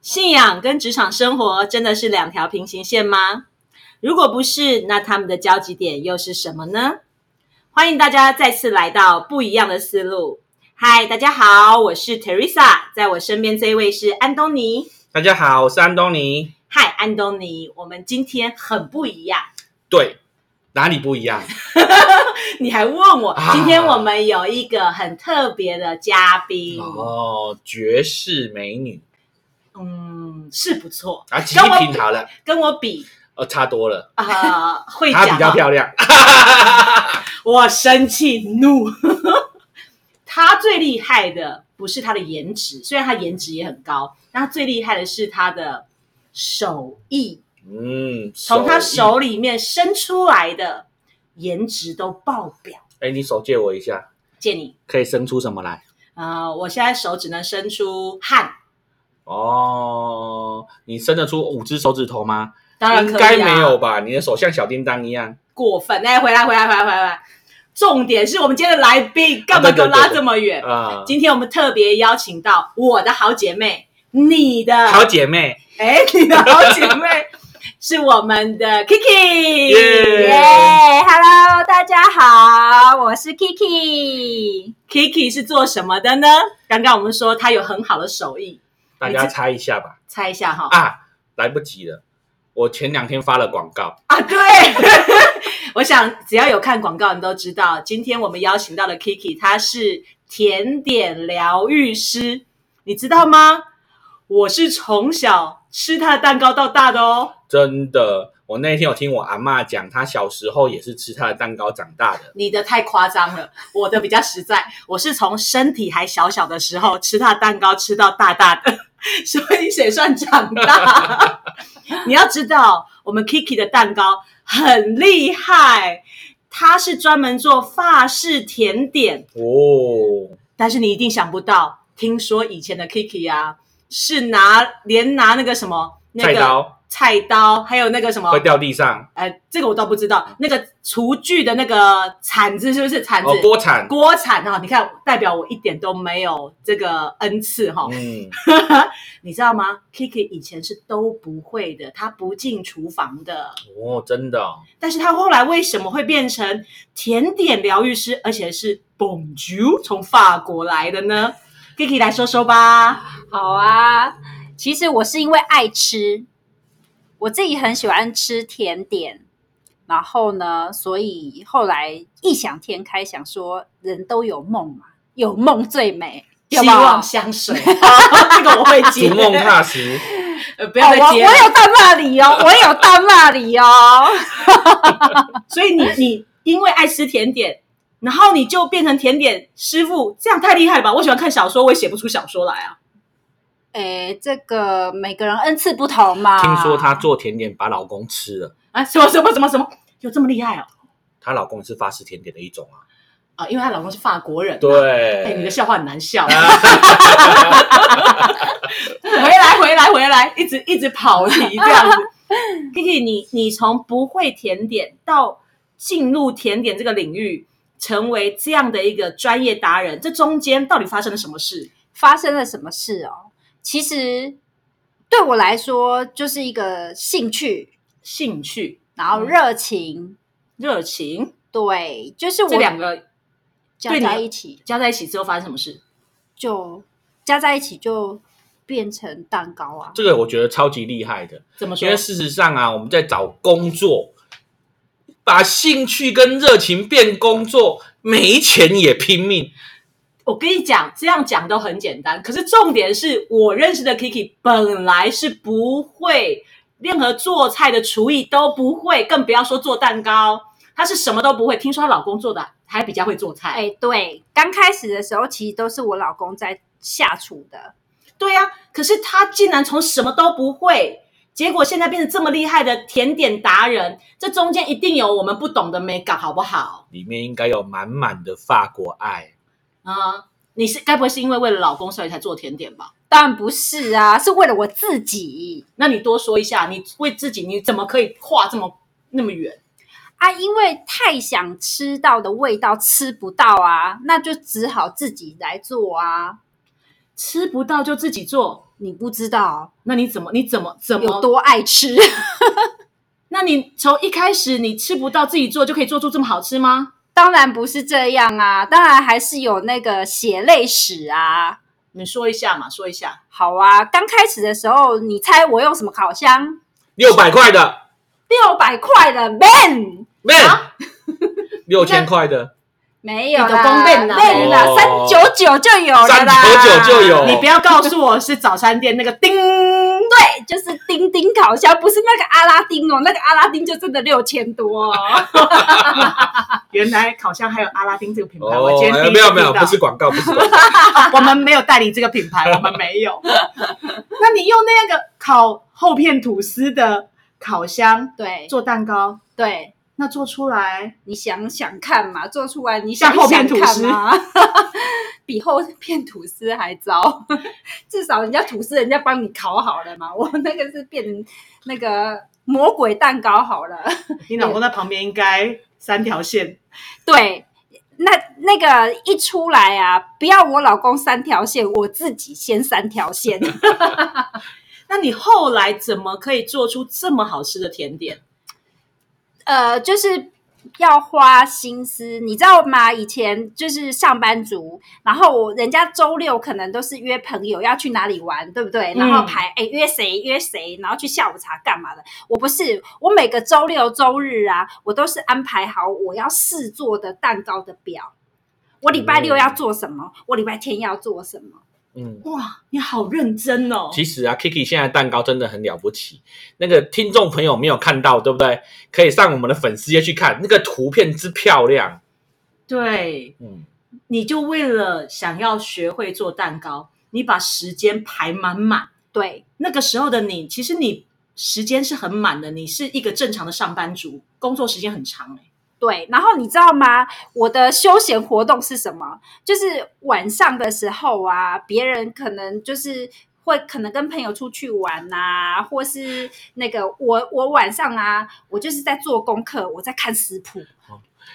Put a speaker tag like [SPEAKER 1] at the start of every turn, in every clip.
[SPEAKER 1] 信仰跟职场生活真的是两条平行线吗？如果不是，那他们的交集点又是什么呢？欢迎大家再次来到不一样的思路。嗨，大家好，我是 Teresa，在我身边这一位是安东尼。
[SPEAKER 2] 大家好，我是安东尼。
[SPEAKER 1] 嗨，安东尼，我们今天很不一样。
[SPEAKER 2] 对，哪里不一样？
[SPEAKER 1] 你还问我，
[SPEAKER 2] 啊
[SPEAKER 1] 今天我们有一个很特别的嘉宾，
[SPEAKER 2] 哦，绝世美女
[SPEAKER 1] 嗯，是不错，
[SPEAKER 2] 啊，其实
[SPEAKER 1] 跟我
[SPEAKER 2] 挺好的，
[SPEAKER 1] 跟我比，
[SPEAKER 2] 呃，差多了，
[SPEAKER 1] 呃，会
[SPEAKER 2] 她比
[SPEAKER 1] 讲
[SPEAKER 2] 较
[SPEAKER 1] 话
[SPEAKER 2] 漂亮。
[SPEAKER 1] 我生气怒。 他最厉害的不是他的颜值，虽然他颜值也很高，但他最厉害的是他的手艺，
[SPEAKER 2] 嗯，
[SPEAKER 1] 从他
[SPEAKER 2] 手
[SPEAKER 1] 手里面生出来的颜值都爆表。
[SPEAKER 2] 艺，哎，你手借我一下，
[SPEAKER 1] 借你
[SPEAKER 2] 可以生出什么来？
[SPEAKER 1] 啊、呃我现在手只能伸出汗，
[SPEAKER 2] 哦，你生得出五只手指头吗？
[SPEAKER 1] 当然可以、
[SPEAKER 2] 应
[SPEAKER 1] 啊、
[SPEAKER 2] 该没有吧？你的手像小叮当一样。
[SPEAKER 1] 过分。哎，回来回来回来回来，重点是我们今天的来宾干嘛
[SPEAKER 2] 啊对
[SPEAKER 1] 给我
[SPEAKER 2] 对对
[SPEAKER 1] 拉
[SPEAKER 2] 对
[SPEAKER 1] 这么远？
[SPEAKER 2] 啊，
[SPEAKER 1] 今天我们特别邀请到我的好姐妹，你的
[SPEAKER 2] 好姐妹，
[SPEAKER 1] 哎，你的好姐妹是我们的 Kiki，
[SPEAKER 2] 耶
[SPEAKER 3] 耶、h e l l o 大家好，我是 Kiki。
[SPEAKER 1] Kiki 是做什么的呢？刚刚我们说她有很好的手艺，
[SPEAKER 2] 大家猜一下吧。
[SPEAKER 1] 猜一下哈。
[SPEAKER 2] 啊，来不及了，我前两天发了广告，
[SPEAKER 1] 啊，对，我想只要有看广告，你都知道，今天我们邀请到的 Kiki，她是甜点疗愈师，你知道吗？我是从小吃她的蛋糕到大的哦。
[SPEAKER 2] 真的。我那天有听我阿嬷讲，她小时候也是吃她的蛋糕长大的。
[SPEAKER 1] 你的太夸张了， 我的比较实在。我是从身体还小小的时候吃他的蛋糕吃到大大的， 所以也算长大。 你要知道，我们 Kiki 的蛋糕很厉害，它是专门做法式甜点，
[SPEAKER 2] 哦，
[SPEAKER 1] 但是你一定想不到，听说以前的 Kiki 啊，是拿连拿那个什么那
[SPEAKER 2] 菜
[SPEAKER 1] 个
[SPEAKER 2] 刀
[SPEAKER 1] 菜刀，还有那个什么
[SPEAKER 2] 会。掉地上，
[SPEAKER 1] 呃，这个我倒不知道。那个厨具的那个铲子是不是铲子？
[SPEAKER 2] 哦，锅铲，
[SPEAKER 1] 锅铲啊哈，你看代表我一点都没有这个恩赐哈、
[SPEAKER 2] 嗯，
[SPEAKER 1] 你知道吗？Kiki 以前是都不会的，她不进厨房的，
[SPEAKER 2] 哦，真的哦，
[SPEAKER 1] 但是她后来为什么会变成甜点疗愈师，而且是 Bonjour 从法国来的呢？Kiki 来说说吧。
[SPEAKER 3] 好啊，其实我是因为爱吃，我自己很喜欢吃甜点，然后呢，所以后来异想天开，想说人都有梦嘛，有梦最美，有
[SPEAKER 1] 希
[SPEAKER 3] 没有
[SPEAKER 1] 望香水， 这个我会接。
[SPEAKER 2] 逐梦踏实，
[SPEAKER 1] 呃，不
[SPEAKER 3] 哦
[SPEAKER 1] 要再
[SPEAKER 3] 我我
[SPEAKER 1] 接了。
[SPEAKER 3] 有到那 里哦，我有到那里哦。
[SPEAKER 1] 所以你你因为爱吃甜点，然后你就变成甜点师傅，这样太厉害了吧？我喜欢看小说，我也写不出小说来啊。
[SPEAKER 3] 诶，这个每个人恩赐不同嘛。
[SPEAKER 2] 听说她做甜点把老公吃了，
[SPEAKER 1] 啊，什么什么什么什么，有这么厉害哦？
[SPEAKER 2] 她老公也是法式甜点的一种 啊。
[SPEAKER 1] 啊，因为她老公是法国人、，
[SPEAKER 2] 对，
[SPEAKER 1] 哎，你的笑话很难笑。 回来，回来，回来，一直一直跑题这样子。Kiki，你你从不会甜点到进入甜点这个领域，成为这样的一个专业达人，这中间到底发生了什么事？
[SPEAKER 3] 发生了什么事哦？其实对我来说，就是一个兴趣，
[SPEAKER 1] 兴趣、
[SPEAKER 3] 然后热情，
[SPEAKER 1] 热情
[SPEAKER 3] 对，就是我
[SPEAKER 1] 这两个
[SPEAKER 3] 加在一起，
[SPEAKER 1] 加在一起之后发生什么事？
[SPEAKER 3] 就加在一起就变成蛋糕啊。
[SPEAKER 2] 这个我觉得超级厉害的，
[SPEAKER 1] 怎么说
[SPEAKER 2] 因为？事实上啊，我们在找工作，把兴趣跟热情变工作，没钱也拼命。
[SPEAKER 1] 我跟你讲，这样讲都很简单，可是重点是我认识的 Kiki 本来是不会任何做菜的厨艺都不会，更不要说做蛋糕，她是什么都不会。听说她老公做的还比较会做菜，
[SPEAKER 3] 哎，对，刚开始的时候其实都是我老公在下厨的，
[SPEAKER 1] 对呀、可是她竟然从什么都不会，结果现在变成这么厉害的甜点达人，这中间一定有我们不懂的美感，好不好？
[SPEAKER 2] 里面应该有满满的法国爱，
[SPEAKER 1] 啊、你是该不会是因为为了老公所以才做甜点吧？
[SPEAKER 3] 当然不是啊，是为了我自己
[SPEAKER 1] 那你多说一下，你为自己你怎么可以跨这么那么远？
[SPEAKER 3] 啊，因为太想吃到的味道吃不到啊，那就只好自己来做啊。
[SPEAKER 1] 吃不到就自己做，
[SPEAKER 3] 你不知道
[SPEAKER 1] 那你怎么你怎么怎
[SPEAKER 3] 有
[SPEAKER 1] 么？
[SPEAKER 3] 多爱吃。
[SPEAKER 1] 那你从一开始你吃不到自己做就可以做出这么好吃吗？
[SPEAKER 3] 当然不是这样啊，当然还是有那个血泪史啊。
[SPEAKER 1] 你说一下嘛，说一下。
[SPEAKER 3] 好啊，刚开始的时候，你猜我用什么烤箱？
[SPEAKER 2] 六百块的
[SPEAKER 3] 六百块的 man
[SPEAKER 1] 啊
[SPEAKER 2] ，man，六千块 的，
[SPEAKER 3] 没有
[SPEAKER 1] 你的
[SPEAKER 3] 啦，
[SPEAKER 1] 公啊
[SPEAKER 3] 面
[SPEAKER 1] 面啦
[SPEAKER 3] 啦，三
[SPEAKER 2] 哦
[SPEAKER 3] 九九就有了啦，
[SPEAKER 2] 399就有
[SPEAKER 1] 你不要告诉我是早餐店那个叮，
[SPEAKER 3] 对，就是丁丁烤箱，不是那个阿拉丁哦，那个阿拉丁就真的六千 多、哦。
[SPEAKER 1] 原来烤箱还有阿拉丁这个品牌，
[SPEAKER 2] 哦
[SPEAKER 1] 我今，天第一次
[SPEAKER 2] 没有没有，
[SPEAKER 1] 听到
[SPEAKER 2] 不是广告，不 是广告，
[SPEAKER 1] 我们没有代理这个品牌，我们没有。那你用那个烤厚片吐司的烤箱
[SPEAKER 3] 对
[SPEAKER 1] 做蛋糕，
[SPEAKER 3] 对，
[SPEAKER 1] 那做出来
[SPEAKER 3] 你想想看嘛，做出来你想
[SPEAKER 1] 像厚
[SPEAKER 3] 想
[SPEAKER 1] 片吐
[SPEAKER 3] 看
[SPEAKER 1] 司
[SPEAKER 3] 嘛， 比厚片吐司还糟， 至少人家吐司人家帮你烤好了嘛，我那个是变成那个魔鬼蛋糕好了。
[SPEAKER 1] 你老公在旁边应该三条线，
[SPEAKER 3] 对，那那个一出来啊，不要我老公三条线，我自己先三条线。
[SPEAKER 1] 那你后来怎么可以做出这么好吃的甜点？
[SPEAKER 3] 呃，就是要花心思，你知道吗？以前就是上班族，然后我人家周六可能都是约朋友要去哪里玩，对不对？
[SPEAKER 1] 嗯
[SPEAKER 3] 然后排哎、诶约谁约谁，然后去下午茶干嘛的？我不是，我每个周六周日啊，我都是安排好我要试做的蛋糕的表。我礼拜六要做什么？我礼拜天要做什么？
[SPEAKER 2] 嗯。
[SPEAKER 1] 哇，你好认真哦！
[SPEAKER 2] 其实啊，Kiki 现在蛋糕真的很了不起。那个听众朋友没有看到，对不对？可以上我们的粉丝页去看，那个图片之漂亮。
[SPEAKER 1] 对，
[SPEAKER 2] 嗯，
[SPEAKER 1] 你就为了想要学会做蛋糕，你把时间排满满。
[SPEAKER 3] 对
[SPEAKER 1] 那个时候的你，其实你时间是很满的，你是一个正常的上班族，工作时间很长、欸、
[SPEAKER 3] 对，然后你知道吗？我的休闲活动是什么？就是晚上的时候啊，别人可能就是会可能跟朋友出去玩呐、或是那个我我晚上啊，我就是在做功课，我在看食谱。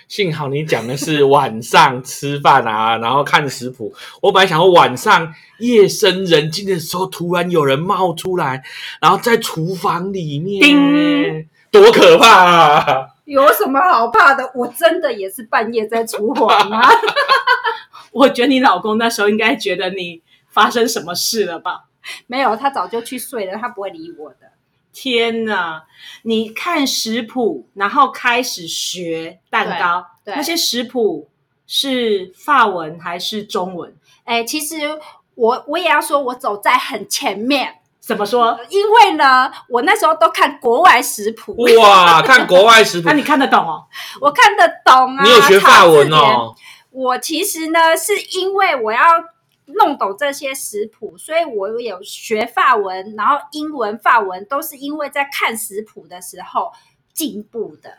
[SPEAKER 2] 幸好你讲的是晚上吃饭啊， 然后看食谱。我本来想说晚上夜深人静的时候，突然有人冒出来，然后在厨房里面，
[SPEAKER 1] 叮
[SPEAKER 2] 多可怕啊！
[SPEAKER 3] 有什么好怕的？我真的也是半夜在厨房啊。
[SPEAKER 1] 我觉得你老公那时候应该觉得你发生什么事了吧？
[SPEAKER 3] 没有，他早就去睡了，他不会理我的。
[SPEAKER 1] 天哪！你看食谱，然后开始学蛋糕，
[SPEAKER 3] 对对
[SPEAKER 1] 那些食谱是法文还是中文？
[SPEAKER 3] 哎，其实我我也要说，我走在很前面，
[SPEAKER 1] 怎么说？
[SPEAKER 3] 因为呢，我那时候都看国外食谱。
[SPEAKER 2] 哇，看国外食谱
[SPEAKER 1] 那、，你看得懂哦？
[SPEAKER 3] 我看得懂啊。
[SPEAKER 2] 你有学法文
[SPEAKER 3] 查字典？
[SPEAKER 2] 哦？
[SPEAKER 3] 我其实呢，是因为我要弄懂这些食谱，所以我有学法文，然后英文、法文都是因为在看食谱的时候进步的。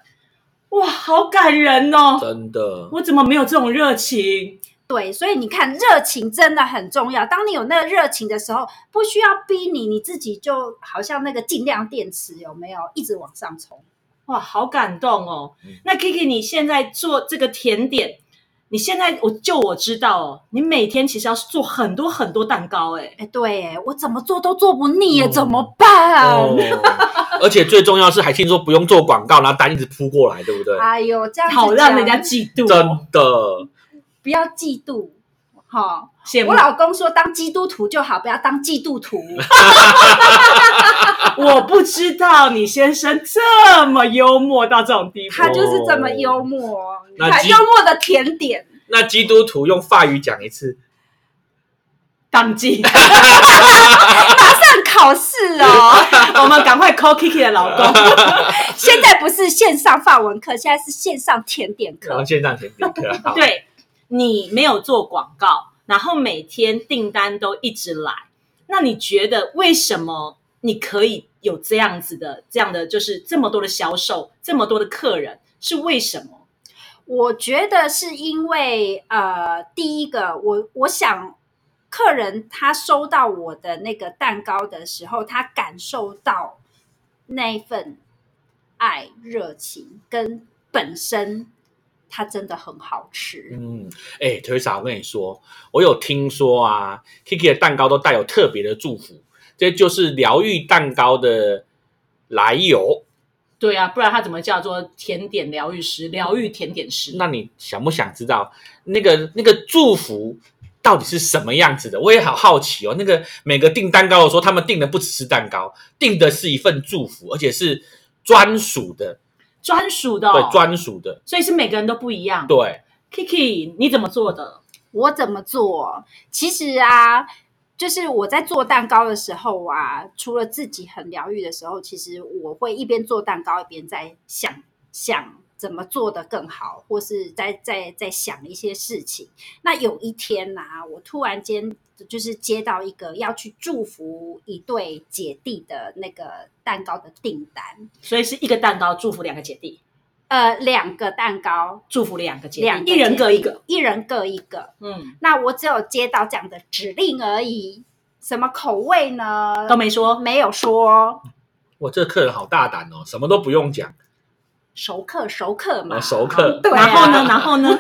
[SPEAKER 1] 哇，好感人哦！
[SPEAKER 2] 真的，
[SPEAKER 1] 我怎么没有这种热情？
[SPEAKER 3] 对，所以你看，热情真的很重要。当你有那个热情的时候，不需要逼你，你自己就好像那个尽量电池有没有一直往上冲？
[SPEAKER 1] 哇，好感动哦
[SPEAKER 2] 嗯！
[SPEAKER 1] 那 Kiki，你现在做这个甜点，你现在我就我知道哦，你每天其实要做很多很多蛋糕哎。
[SPEAKER 3] 哎，对耶，我怎么做都做不腻耶，
[SPEAKER 2] 嗯
[SPEAKER 3] 怎么办？
[SPEAKER 2] 哦，而且最重要是还听说不用做广告，然后单一直扑过来，对不对？
[SPEAKER 3] 哎呦，这样子
[SPEAKER 1] 好让人家
[SPEAKER 3] 讲
[SPEAKER 1] 嫉妒
[SPEAKER 2] 真
[SPEAKER 1] 哦，
[SPEAKER 2] 的，
[SPEAKER 3] 不要嫉妒，哈、
[SPEAKER 1] 羡慕
[SPEAKER 3] 我。老公说当基督徒就好，不要当嫉妒徒。
[SPEAKER 1] 我不知道你先生这么幽默到这种地步
[SPEAKER 3] 他，就是这么幽默，你
[SPEAKER 2] 那
[SPEAKER 3] 看
[SPEAKER 2] 基
[SPEAKER 3] 幽默的甜点。
[SPEAKER 2] 那基督徒用法语讲一次，
[SPEAKER 1] 当 机。
[SPEAKER 3] 上考试 哦，
[SPEAKER 1] 我们赶快 call Kiki 的老公。
[SPEAKER 3] 现在不是线上法文课，现在是线上甜点
[SPEAKER 2] 然后
[SPEAKER 3] 课。
[SPEAKER 2] 线上甜点课。好，
[SPEAKER 1] 对，你没有做广告，然后每天订单都一直来，那你觉得为什么你可以有这样子的、这样的，就是这么多的销售，这么多的客人，是为什么？
[SPEAKER 3] 我觉得是因为呃，第一个，我我想客人他收到我的那个蛋糕的时候，他感受到那一份爱、热情跟本身，它真的很好吃。
[SPEAKER 2] 嗯，哎、腿 t 我跟你说，我有听说啊，Kiki 的蛋糕都带有特别的祝福，这就是疗愈蛋糕的来由。
[SPEAKER 1] 对啊，不然它怎么叫做甜点疗愈师、疗愈甜点师？
[SPEAKER 2] 那你想不想知道那个那个祝福到底是什么样子的？我也好好奇哦。那个每个订蛋糕的时候，他们订的不只是蛋糕，订的是一份祝福，而且是专属的，
[SPEAKER 1] 专属的、哦，
[SPEAKER 2] 对，专属的，
[SPEAKER 1] 所以是每个人都不一样。
[SPEAKER 2] 对，
[SPEAKER 1] Kiki，你怎么做的？
[SPEAKER 3] 我怎么做？其实啊，就是我在做蛋糕的时候啊，除了自己很疗愈的时候，其实我会一边做蛋糕一边在想想怎么做的更好，或是在在在想一些事情。那有一天呐、啊，我突然间就是接到一个要去祝福一对姐弟的那个蛋糕的订单，
[SPEAKER 1] 所以是一个蛋糕祝福两个姐弟，
[SPEAKER 3] 呃，两个蛋糕，
[SPEAKER 1] 祝福两个姐弟，
[SPEAKER 3] 两个
[SPEAKER 1] 一人各
[SPEAKER 3] 姐
[SPEAKER 1] 一
[SPEAKER 3] 弟
[SPEAKER 1] 个。，
[SPEAKER 3] 一人各一个。
[SPEAKER 1] 嗯，
[SPEAKER 3] 那我只有接到这样的指令而已，什么口味呢？
[SPEAKER 1] 都没说
[SPEAKER 3] 没有说
[SPEAKER 2] 哇，这个客人好大胆哦，什么都不用讲，
[SPEAKER 3] 熟客熟客嘛，
[SPEAKER 2] 哦熟客
[SPEAKER 3] 对啊、
[SPEAKER 1] 然后呢？然后呢？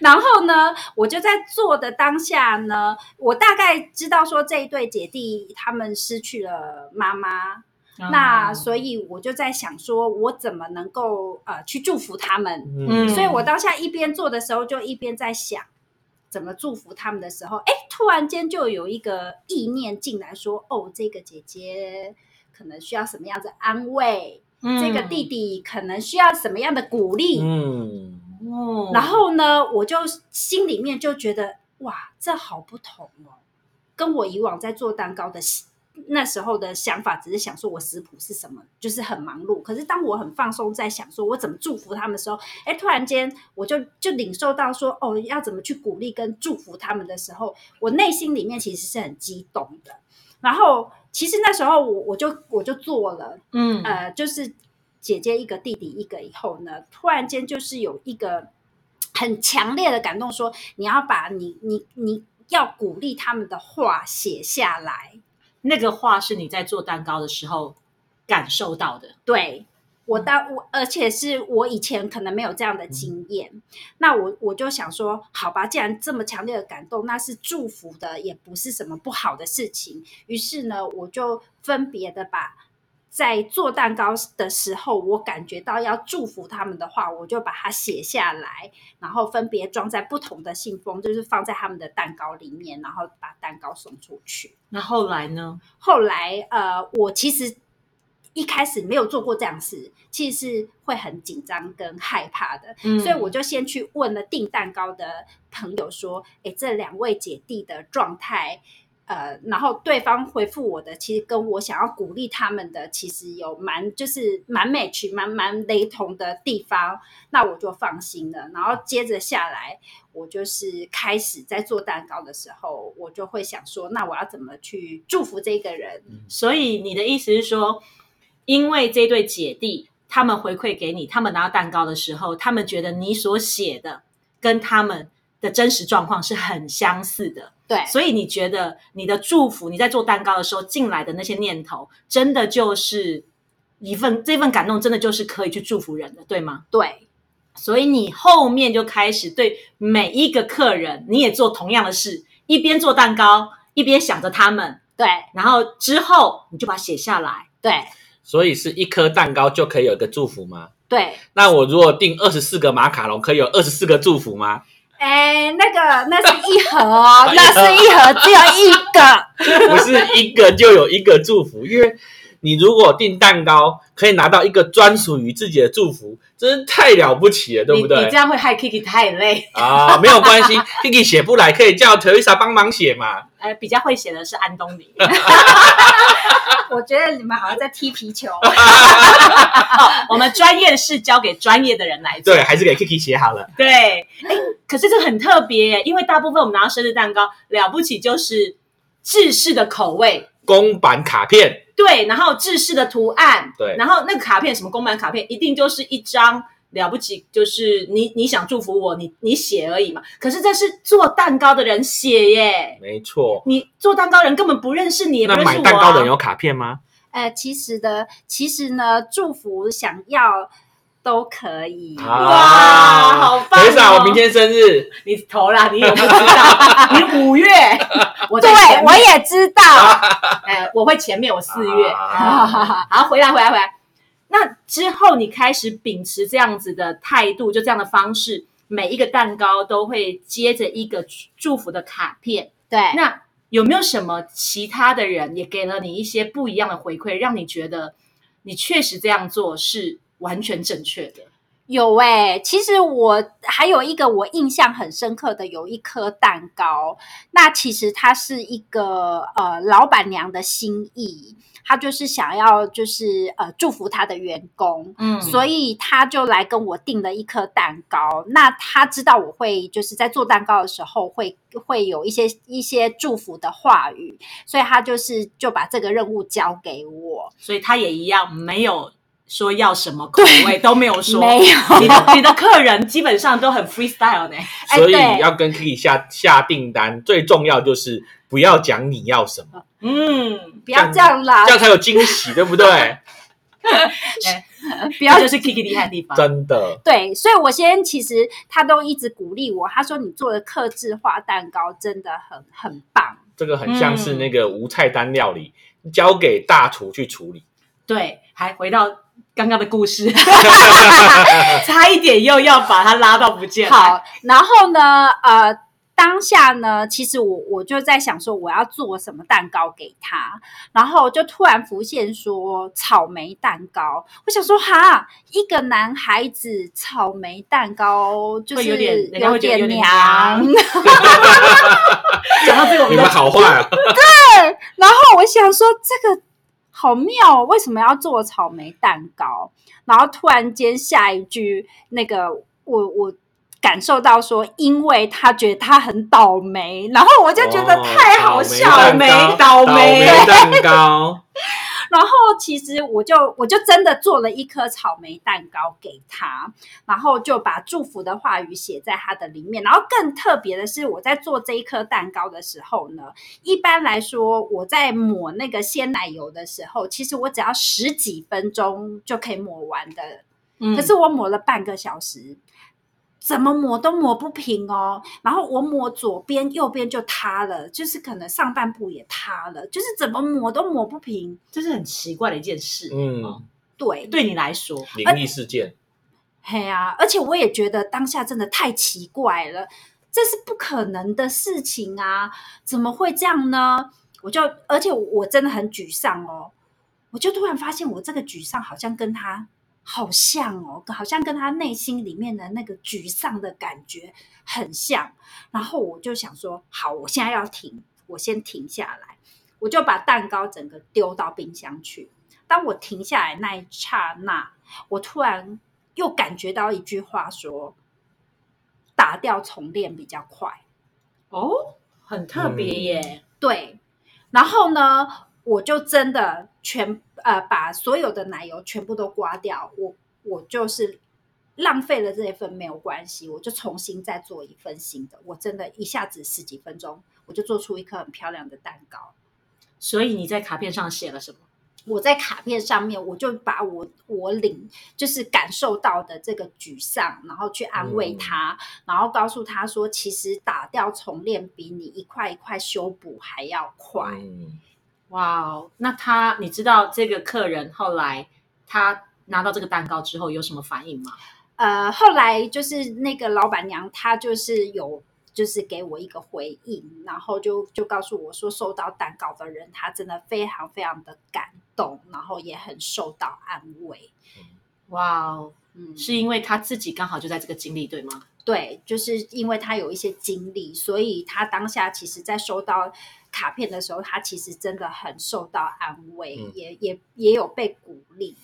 [SPEAKER 3] 然后呢，我就在做的当下呢，我大概知道说这一对姐弟他们失去了妈妈，那
[SPEAKER 1] 嗯
[SPEAKER 3] 所以我就在想说，我怎么能够呃去祝福他们？
[SPEAKER 2] 嗯，
[SPEAKER 3] 所以我当下一边做的时候，就一边在想怎么祝福他们的时候，哎，突然间就有一个意念进来说，哦，这个姐姐可能需要什么样的安慰，
[SPEAKER 1] 嗯
[SPEAKER 3] 这个弟，弟可能需要什么样的鼓励。
[SPEAKER 1] 嗯
[SPEAKER 2] 嗯，
[SPEAKER 1] 哦
[SPEAKER 3] 然后呢，我就心里面就觉得，哇，这好不同哦，跟我以往在做蛋糕的喜那时候的想法，只是想说我食谱是什么，就是很忙碌。可是当我很放松，在想说我怎么祝福他们的时候，哎，突然间我就就领受到说，哦，要怎么去鼓励跟祝福他们的时候，我内心里面其实是很激动的。然后其实那时候我我就我就做了，
[SPEAKER 1] 嗯
[SPEAKER 3] 呃，就是姐姐一个，弟弟一个以后呢，突然间就是有一个很强烈的感动说，你要把你你你要鼓励他们的话写下来。
[SPEAKER 1] 那个话是你在做蛋糕的时候感受到的。
[SPEAKER 3] 对我当我，而且是我以前可能没有这样的经验，那我我就想说，好吧，既然这么强烈的感动，那是祝福的，也不是什么不好的事情。于是呢，我就分别的把。在做蛋糕的时候，我感觉到要祝福他们的话，我就把它写下来，然后分别装在不同的信封，就是放在他们的蛋糕里面，然后把蛋糕送出去。
[SPEAKER 1] 那后来呢？
[SPEAKER 3] 后来呃，我其实一开始没有做过这样事，其实是会很紧张跟害怕的，
[SPEAKER 1] 嗯
[SPEAKER 3] 所以我就先去问了订蛋糕的朋友说：“哎，这两位姐弟的状态。”呃，然后对方回复我的，其实跟我想要鼓励他们的，其实有蛮就是蛮 match 蛮蛮雷同的地方，那我就放心了。然后接着下来，我就是开始在做蛋糕的时候，我就会想说，那我要怎么去祝福这个人？
[SPEAKER 1] 所以你的意思是说，因为这对姐弟他们回馈给你，他们拿到蛋糕的时候，他们觉得你所写的跟他们的真实状况是很相似的，
[SPEAKER 3] 对
[SPEAKER 1] 所以你觉得你的祝福，你在做蛋糕的时候进来的那些念头，真的就是一份这份感动，真的就是可以去祝福人的，对吗？
[SPEAKER 3] 对
[SPEAKER 1] 所以你后面就开始对每一个客人，你也做同样的事，一边做蛋糕，一边想着他们，
[SPEAKER 3] 对
[SPEAKER 1] 然后之后你就把它写下来。
[SPEAKER 3] 对
[SPEAKER 2] 所以是一颗蛋糕就可以有一个祝福吗？
[SPEAKER 3] 对，
[SPEAKER 2] 那我如果订二十四个马卡龙，可以有二十四个祝福吗？
[SPEAKER 3] 哎，那个那是一盒哦，那是一盒，只有一 个。
[SPEAKER 2] 不是一个就有一个祝福，因为你如果订蛋糕，可以拿到一个专属于自己的祝福，真是太了不起了，对不
[SPEAKER 1] 你
[SPEAKER 2] 对
[SPEAKER 1] 你这？样会害 Kiki 太累。
[SPEAKER 2] 啊，没有关系，Kiki 写不来，可以叫 Teresa 帮忙写嘛。
[SPEAKER 1] 呃，比较会写的是安东尼。
[SPEAKER 3] 我觉得你们好像在踢皮 球。
[SPEAKER 1] 我们专业是交给专业的人来做。
[SPEAKER 2] 对，还是给 Kiki 写好了。
[SPEAKER 1] 对，哎，可是这个很特别耶，因为大部分我们拿到生日蛋糕，了不起就是制式的口味，
[SPEAKER 2] 公版卡片，
[SPEAKER 1] 对，然后制式的图案，
[SPEAKER 2] 对
[SPEAKER 1] 然后那个卡片什么公版卡片，一定就是一张了不起，就是你你想祝福我，你你写而已嘛。可是这是做蛋糕的人写耶，
[SPEAKER 2] 没错。
[SPEAKER 1] 你做蛋糕人根本不认识你，也不
[SPEAKER 2] 那
[SPEAKER 1] 认识
[SPEAKER 2] 买
[SPEAKER 1] 我、啊。
[SPEAKER 2] 蛋糕的人有卡片吗？
[SPEAKER 3] 呃，其实的，其实呢，祝福想要都可以。
[SPEAKER 2] 好
[SPEAKER 1] 啊哇好棒哦
[SPEAKER 2] 等一下，啊我明天生日，
[SPEAKER 1] 你投啦，你也不知 道，你五月，我
[SPEAKER 3] 对
[SPEAKER 1] 在前，面
[SPEAKER 3] 我也知道。
[SPEAKER 1] 哎，我会前面，我四月。
[SPEAKER 2] 啊
[SPEAKER 1] 好，回来，回来，回来。那之后你开始秉持这样子的态度，就这样的方式，每一个蛋糕都会接着一个祝福的卡片。
[SPEAKER 3] 对，
[SPEAKER 1] 那有没有什么其他的人也给了你一些不一样的回馈，让你觉得你确实这样做是完全正确的？
[SPEAKER 3] 有哎、其实我还有一个我印象很深刻的，有一颗蛋糕，那其实它是一个呃老板娘的心意，她就是想要就是呃祝福她的员工。
[SPEAKER 1] 嗯
[SPEAKER 3] 所以她就来跟我订了一颗蛋糕。那她知道我会就是在做蛋糕的时候会会有一些一些祝福的话语，所以她就是就把这个任务交给我。
[SPEAKER 1] 所以他也一样，没有说要什么口味，都没有说。
[SPEAKER 3] 没有，
[SPEAKER 1] 你的你的客人基本上都很 freestyle 呢。
[SPEAKER 3] 哎
[SPEAKER 2] 所以
[SPEAKER 3] 对
[SPEAKER 2] 要跟 Kiki 下下订单，最重要就是不要讲你要什么，
[SPEAKER 1] 嗯，
[SPEAKER 3] 不要这样啦
[SPEAKER 2] 这，样才有惊喜，对 不对？
[SPEAKER 3] 不
[SPEAKER 1] 不
[SPEAKER 3] 要
[SPEAKER 1] 要就是 Kiki 厉害的地方。
[SPEAKER 2] 真的，
[SPEAKER 3] 对，所以我先其实他都一直鼓励我，他说你做的克制化蛋糕真的很很棒。
[SPEAKER 2] 这个很像是那个无菜单料理，
[SPEAKER 3] 嗯
[SPEAKER 2] 交给大厨去处理。
[SPEAKER 1] 对，还回到刚刚的故事，差一点又要把他拉到不见。，
[SPEAKER 3] 好，然后呢，呃，当下呢，其实我我就在想说我要做什么蛋糕给他，然后就突然浮现说草莓蛋糕。我想说哈，一个男孩子草莓蛋糕就
[SPEAKER 1] 会
[SPEAKER 3] 是
[SPEAKER 1] 有点人家会觉得有点
[SPEAKER 3] 娘
[SPEAKER 1] 娘。讲到这
[SPEAKER 3] 哦
[SPEAKER 1] 个，我
[SPEAKER 2] 你
[SPEAKER 1] 们
[SPEAKER 2] 们好坏啊，
[SPEAKER 3] 然后我想说这个好妙、哦，为什么要做草莓蛋糕？然后突然间下一句，那个我我感受到说，因为他觉得他很倒霉，然后我就觉得
[SPEAKER 2] 哦
[SPEAKER 3] 太好笑了。
[SPEAKER 1] 蛋
[SPEAKER 2] 倒霉哦
[SPEAKER 1] 倒霉倒霉
[SPEAKER 2] 蛋糕倒霉蛋糕，
[SPEAKER 3] 然后其实我就我就真的做了一颗草莓蛋糕给他，然后就把祝福的话语写在它的里面。然后更特别的是，我在做这一颗蛋糕的时候呢，一般来说我在抹那个鲜奶油的时候，其实我只要十几分钟就可以抹完的
[SPEAKER 1] 嗯
[SPEAKER 3] 可是我抹了半个小时，怎么抹都抹不平哦。然后我抹左边、右边就塌了，就是可能上半部也塌了，就是怎么抹都抹不平。
[SPEAKER 1] 这是很奇怪的一件事。哦
[SPEAKER 2] 嗯，
[SPEAKER 3] 对，
[SPEAKER 1] 对你来说，
[SPEAKER 2] 灵异事件，
[SPEAKER 3] 嘿啊！而且我也觉得当下真的太奇怪了，这是不可能的事情啊！怎么会这样呢？我就，而且我真的很沮丧哦。我就突然发现，我这个沮丧好像跟他好像哦，好像跟他内心里面的那个沮丧的感觉很像。然后我就想说，好，我现在要停，我先停下来，我就把蛋糕整个丢到冰箱去。当我停下来那一刹那，我突然又感觉到一句话说：“打掉重练比较快。
[SPEAKER 1] 哦，很特别耶。”
[SPEAKER 3] 对，然后呢，我就真的全呃把所有的奶油全部都刮掉，我我就是浪费了这一份没有关系，我就重新再做一份新的。我真的一下子十几分钟，我就做出一颗很漂亮的蛋糕。
[SPEAKER 1] 所以你在卡片上写了什么？
[SPEAKER 3] 我在卡片上面，我就把我我领就是感受到的这个沮丧，然后去安慰他，然后告诉他说，其实打掉重练比你一块一块修补还要快。
[SPEAKER 2] 嗯，
[SPEAKER 1] 哇哦，那他，你知道这个客人后来他拿到这个蛋糕之后有什么反应吗？
[SPEAKER 3] 呃，后来就是那个老板娘，她就是有就是给我一个回应，然后就就告诉我说，收到蛋糕的人，他真的非常非常的感动，然后也很受到安慰。
[SPEAKER 1] 哇哦，
[SPEAKER 3] 嗯，
[SPEAKER 1] 是因为他自己刚好就在这个经历，对吗？
[SPEAKER 3] 对，就是因为他有一些经历，所以他当下其实，在收到卡片的时候，他其实真的很受到安慰，
[SPEAKER 2] 嗯
[SPEAKER 3] 也也也有被鼓励。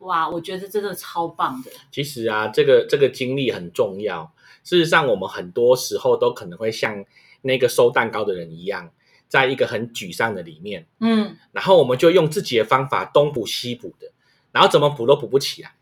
[SPEAKER 1] 哇，我觉得真的超棒的。
[SPEAKER 2] 其实啊，这个这个经历很重要。事实上，我们很多时候都可能会像那个收蛋糕的人一样，在一个很沮丧的里面，
[SPEAKER 1] 嗯，
[SPEAKER 2] 然后我们就用自己的方法东补西补的，然后怎么补都补不起来，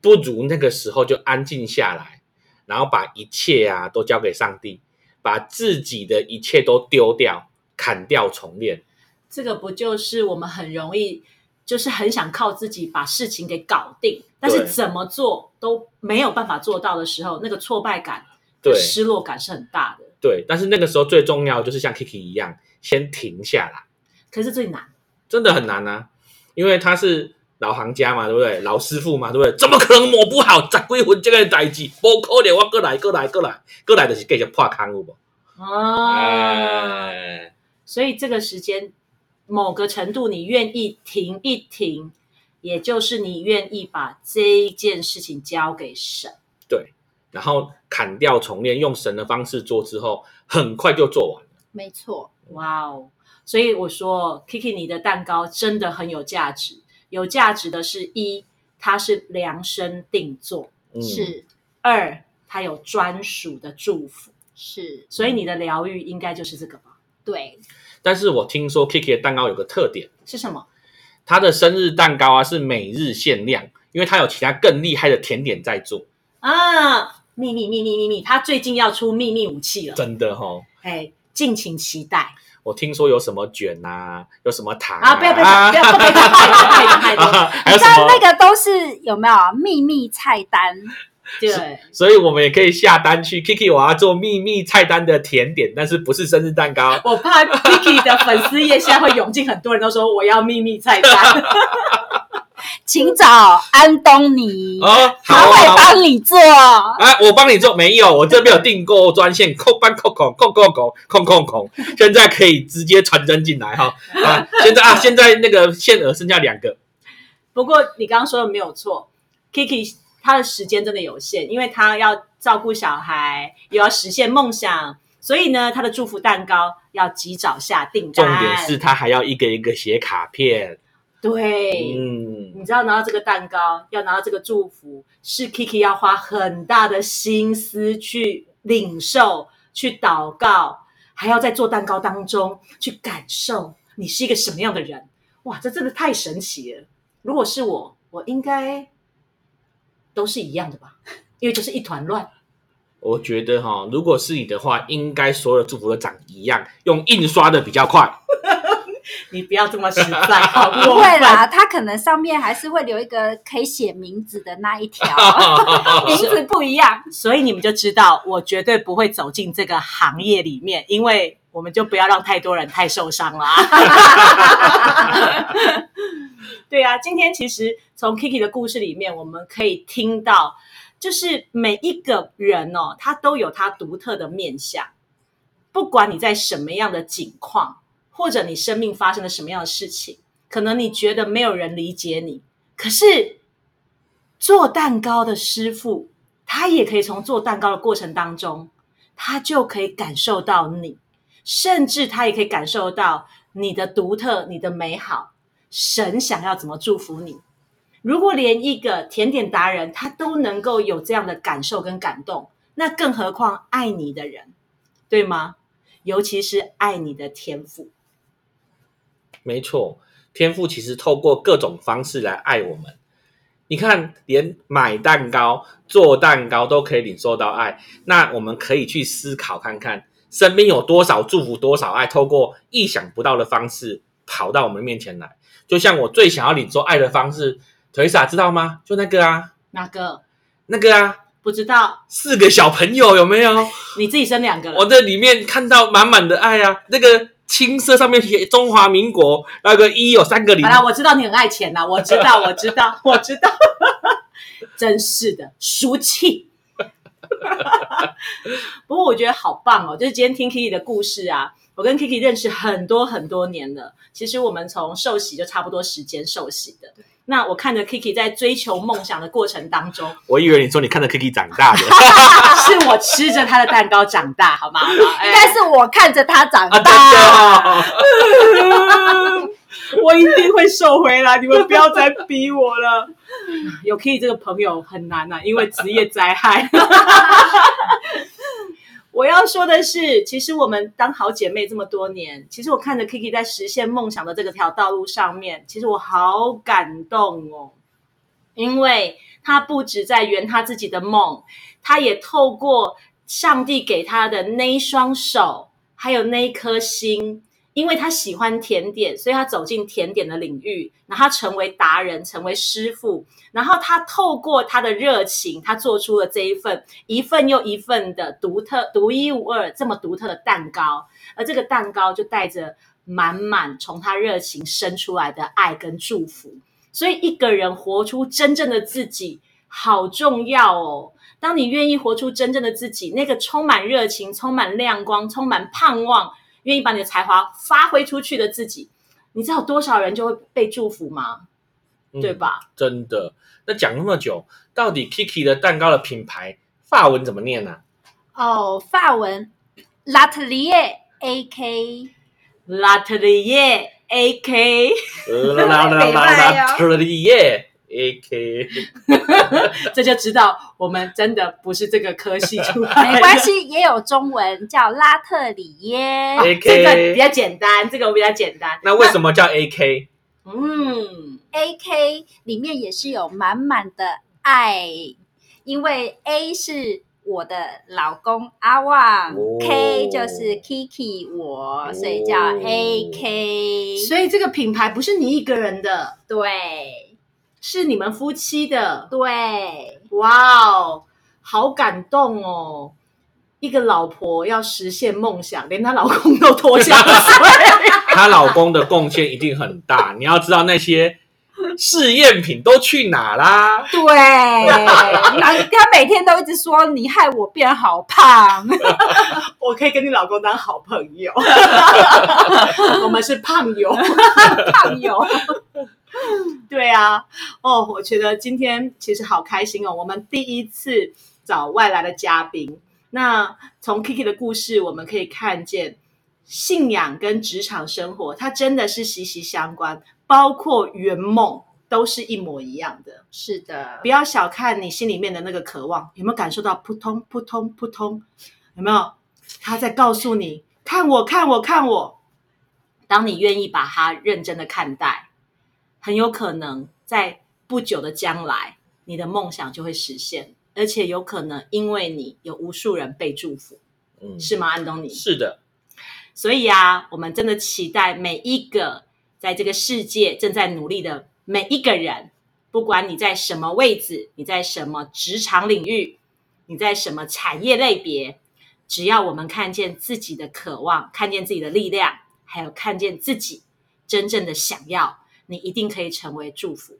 [SPEAKER 2] 不如那个时候就安静下来，然后把一切啊都交给上帝，把自己的一切都丢掉，砍掉重练。
[SPEAKER 1] 这个不就是我们很容易就是很想靠自己把事情给搞定，但是
[SPEAKER 2] 对
[SPEAKER 1] 怎么做都没有办法做到的时候，那个挫败感、
[SPEAKER 2] 对
[SPEAKER 1] 失落感是很大的。
[SPEAKER 2] 对，但是那个时候最重要的就是像 Kiki 一样，先停下来，
[SPEAKER 1] 可是最难，
[SPEAKER 2] 真的很难啊，因为他是老行家嘛，对不对？老师傅嘛，对不对？怎么可能抹不好？十几分这个代志，不可能，我过来，过来，过来，过来就是继续破空有无？
[SPEAKER 1] 哦，
[SPEAKER 2] 哎，
[SPEAKER 1] 所以这个时间某个程度，你愿意停一停，也就是你愿意把这一件事情交给神。
[SPEAKER 2] 然后砍掉重练，用神的方式做之后，很快就做完了。
[SPEAKER 3] 没错，
[SPEAKER 1] 哇哦！所以我说，Kiki，你的蛋糕真的很有价值。有价值的是一，它是量身定做；
[SPEAKER 2] 嗯，
[SPEAKER 3] 是
[SPEAKER 1] 二，它有专属的祝福。
[SPEAKER 3] 是，
[SPEAKER 1] 所以你的疗愈应该就是这个吧？
[SPEAKER 3] 对，
[SPEAKER 2] 但是我听说 Kiki 的蛋糕有个特点，
[SPEAKER 1] 是什么？
[SPEAKER 2] 它的生日蛋糕啊是每日限量，因为它有其他更厉害的甜点在做，
[SPEAKER 1] 啊，秘密秘密秘密，他最近要出秘密武器了，
[SPEAKER 2] 真的哈、哦。
[SPEAKER 1] 哎，敬请期待。
[SPEAKER 2] 我听说有什么卷啊，有什么糖
[SPEAKER 1] 啊，不要不要 不要，不要不要太多太多太多，
[SPEAKER 2] 啊还有
[SPEAKER 3] 你知
[SPEAKER 2] 什
[SPEAKER 3] 道那
[SPEAKER 2] 么？
[SPEAKER 3] 个都是有没有啊秘密菜单？
[SPEAKER 1] 对，
[SPEAKER 2] 所以我们也可以下单去 Kiki，我要做秘密菜单的甜点，但是不是生日蛋糕？
[SPEAKER 1] 我怕 Kiki 的粉丝页现在会涌进很多人都说我要秘密菜单。
[SPEAKER 3] 请找安东尼，
[SPEAKER 2] 哦，好
[SPEAKER 3] 他
[SPEAKER 2] 啊
[SPEAKER 3] 会
[SPEAKER 2] 好啊
[SPEAKER 3] 帮 你做。
[SPEAKER 2] 啊，我帮你做，没有，我这边有订购专线，扣班扣扣扣扣扣扣扣扣，现在可以直接传真进来哈。啊，现在啊，现在那个限额剩下两个，
[SPEAKER 1] 不过你刚刚说的没有错，Kiki 他的时间真的有限，因为他要照顾小孩，又要实现梦想，所以呢，他的祝福蛋糕要及早下订
[SPEAKER 2] 重
[SPEAKER 1] 单。
[SPEAKER 2] 点是他还要一个一个写卡片。
[SPEAKER 1] 对。
[SPEAKER 2] 嗯，
[SPEAKER 1] 你知道拿到这个蛋糕，要拿到这个祝福，是 Kiki 要花很大的心思去领受、去祷告，还要在做蛋糕当中去感受你是一个什么样的人。哇，这真的太神奇了！如果是我，我应该都是一样的吧，因为就是一团乱。
[SPEAKER 2] 我觉得哈、如果是你的话，应该所有的祝福都长一样，用印刷的比较快。
[SPEAKER 1] 你不要这么实在，好
[SPEAKER 3] 不
[SPEAKER 1] 过
[SPEAKER 3] 会
[SPEAKER 1] 分。
[SPEAKER 3] 啦，他可能上面还是会留一个可以写名字的那一 条，名字不一样。
[SPEAKER 1] 所以你们就知道，我绝对不会走进这个行业里面，因为我们就不要让太多人太受伤啦。 对啊，今天其实从 Kiki 的故事里面，我们可以听到，就是每一个人哦，他都有他独特的面相。不管你在什么样的境况，或者你生命发生了什么样的事情，可能你觉得没有人理解你，可是做蛋糕的师傅，他也可以从做蛋糕的过程当中，他就可以感受到你，甚至他也可以感受到你的独特、你的美好。神想要怎么祝福你？如果连一个甜点达人他都能够有这样的感受跟感动，那更何况爱你的人，对吗？尤其是爱你的天赋。
[SPEAKER 2] 没错，天赋其实透过各种方式来爱我们。你看，连买蛋糕、做蛋糕都可以领受到爱，那我们可以去思考看看，身边有多少祝福、多少爱，透过意想不到的方式跑到我们面前来。就像我最想要领受爱的方式，腿傻知道吗？就那个啊，
[SPEAKER 1] 那个
[SPEAKER 2] 那个啊，
[SPEAKER 1] 不知道
[SPEAKER 2] 四个小朋友有没有？
[SPEAKER 1] 你自己生两个
[SPEAKER 2] 我
[SPEAKER 1] 了，
[SPEAKER 2] 在里面看到满满的爱啊！那个青色上面写中华民国，那个一有三个零
[SPEAKER 1] 好， 啦，我知道你很爱钱啦，我知道，我知道，我知道， 真是的，俗气。 不过我觉得好棒哦，就是今天听 Kiki 的故事啊，我跟 Kiki 认识很多很多年了。其实我们从受洗就差不多时间受洗的。那我看着 Kiki 在追求梦想的过程当中，
[SPEAKER 2] 我以为你说你看着 Kiki 长大的
[SPEAKER 1] 是我吃着他的蛋糕长大，好吗？好吗哎
[SPEAKER 3] 应该是我看着他长
[SPEAKER 2] 啊，真
[SPEAKER 3] 大。
[SPEAKER 2] 的、哦，
[SPEAKER 1] 我一定会瘦回来，你们不要再逼我了。 有 K 这个朋友很难啊，因为职业灾害。 我要说的是，其实我们当好姐妹这么多年，其实我看着 Kiki 在实现梦想的这个条道路上面，其实我好感动哦，因为她不止在圆她自己的梦，她也透过上帝给她的那一双手，还有那一颗心，因为他喜欢甜点，所以他走进甜点的领域，然后他成为达人，成为师傅，然后他透过他的热情，他做出了这一份一份又一份的独特、独一无二、这么独特的蛋糕，而这个蛋糕就带着满满从他热情生出来的爱跟祝福。所以，一个人活出真正的自己，好重要哦。当你愿意活出真正的自己，那个充满热情、充满亮光、充满盼望，愿意把你的才华发挥出去的自己，你知道多少人就会被祝福吗？
[SPEAKER 2] 嗯
[SPEAKER 1] 对？吧？
[SPEAKER 2] 真的。那讲那么久，到底 Kiki 的蛋糕的品牌法文怎么念呢、啊
[SPEAKER 3] 哦，法文 Latelier A K
[SPEAKER 1] 拉特里耶 A K，
[SPEAKER 2] 啦啦啦啦啦，特里耶，A K，
[SPEAKER 1] 这就知道我们真的不是这个科系出
[SPEAKER 2] 哎
[SPEAKER 1] 来的。
[SPEAKER 3] 没关系，也有中文叫拉特里耶。
[SPEAKER 2] A
[SPEAKER 1] 这个比
[SPEAKER 2] K。
[SPEAKER 1] 较简单，这个我比较简单。
[SPEAKER 2] 那为什么叫 A K？
[SPEAKER 1] 嗯，
[SPEAKER 3] A K 里面也是有满满的爱，因为 A 是我的老公阿旺、
[SPEAKER 2] 哦
[SPEAKER 3] k 就是 Kiki 我，所以叫
[SPEAKER 2] 哦
[SPEAKER 3] A K。
[SPEAKER 1] 所以这个品牌不是你一个人的，
[SPEAKER 3] 对
[SPEAKER 1] 是你们夫妻的。
[SPEAKER 3] 对，
[SPEAKER 1] 哇哦，好感动哦！一个老婆要实现梦想，连她老公都脱下了水。
[SPEAKER 2] 她老公的贡献一定很大。你要知道那些试验品都去哪啦？
[SPEAKER 3] 对， 然后啊他每天都一直说你害我变好胖，
[SPEAKER 1] 我可以跟你老公当好朋友，我们是胖友。
[SPEAKER 3] 胖友。
[SPEAKER 1] 对啊，哦，我觉得今天其实好开心哦，我们第一次找外来的嘉宾。那从 Kiki 的故事，我们可以看见信仰跟职场生活，它真的是息息相关，包括圆梦都是一模一样的。
[SPEAKER 3] 是的
[SPEAKER 1] 不，要小看你心里面的那个渴望，有没有感受到扑通扑通扑通？有没有？他在告诉你，看我，看我，看我。当你愿意把它认真的看待，很有可能在不久的将来，你的梦想就会实现，而且有可能因为你有无数人被祝福，
[SPEAKER 2] 嗯，
[SPEAKER 1] 是吗，安东尼？
[SPEAKER 2] 是的，
[SPEAKER 1] 所以啊，我们真的期待每一个在这个世界正在努力的每一个人，不管你在什么位置，你在什么职场领域，你在什么产业类别，只要我们看见自己的渴望，看见自己的力量，还有看见自己真正的想要，你一定可以成为祝福。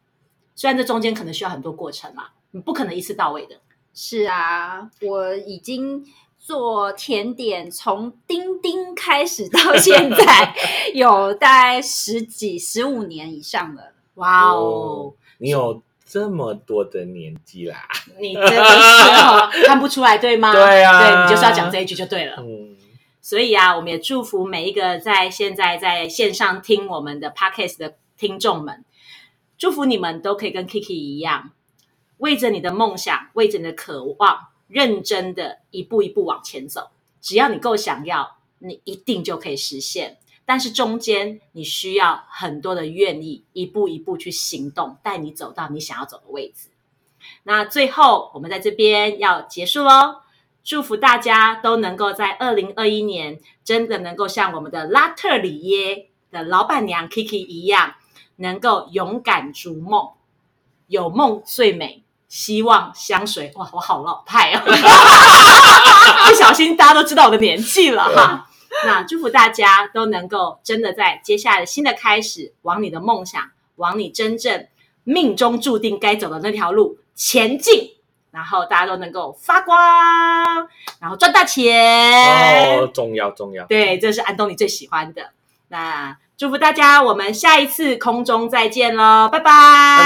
[SPEAKER 1] 虽然这中间可能需要很多过程啦，你不可能一次到位的。
[SPEAKER 3] 是啊，我已经做甜点从丁丁开始到现在，有大概十几、十五年以上了。
[SPEAKER 1] 哇哦
[SPEAKER 2] 哦你有这么多的年纪啦。
[SPEAKER 1] 你真的是哦，看不出来对吗？
[SPEAKER 2] 对啊
[SPEAKER 1] 对你就是要讲这一句就对了。
[SPEAKER 2] 嗯，
[SPEAKER 1] 所以啊，我们也祝福每一个在现在在线上听我们的 podcast 的听众们，祝福你们都可以跟 Kiki 一样，为着你的梦想，为着你的渴望，认真的一步一步往前走。只要你够想要，你一定就可以实现。但是中间你需要很多的愿意，一步一步去行动，带你走到你想要走的位置。那最后，我们在这边要结束喽。祝福大家都能够在二零二一年真的能够像我们的拉特里耶的老板娘 Kiki 一样，能够勇敢逐梦，有梦最美，希望相随。哇，我好老派哦， 不小心大家都知道我的年纪了哈。那祝福大家都能够真的在接下来的新的开始，往你的梦想，往你真正命中注定该走的那条路前进。然后大家都能够发光，然后赚大钱。
[SPEAKER 2] 哦，重要重要。
[SPEAKER 1] 对，这是安东尼最喜欢的。那祝福大家，我们下一次空中再见喽，拜拜，拜。
[SPEAKER 2] 拜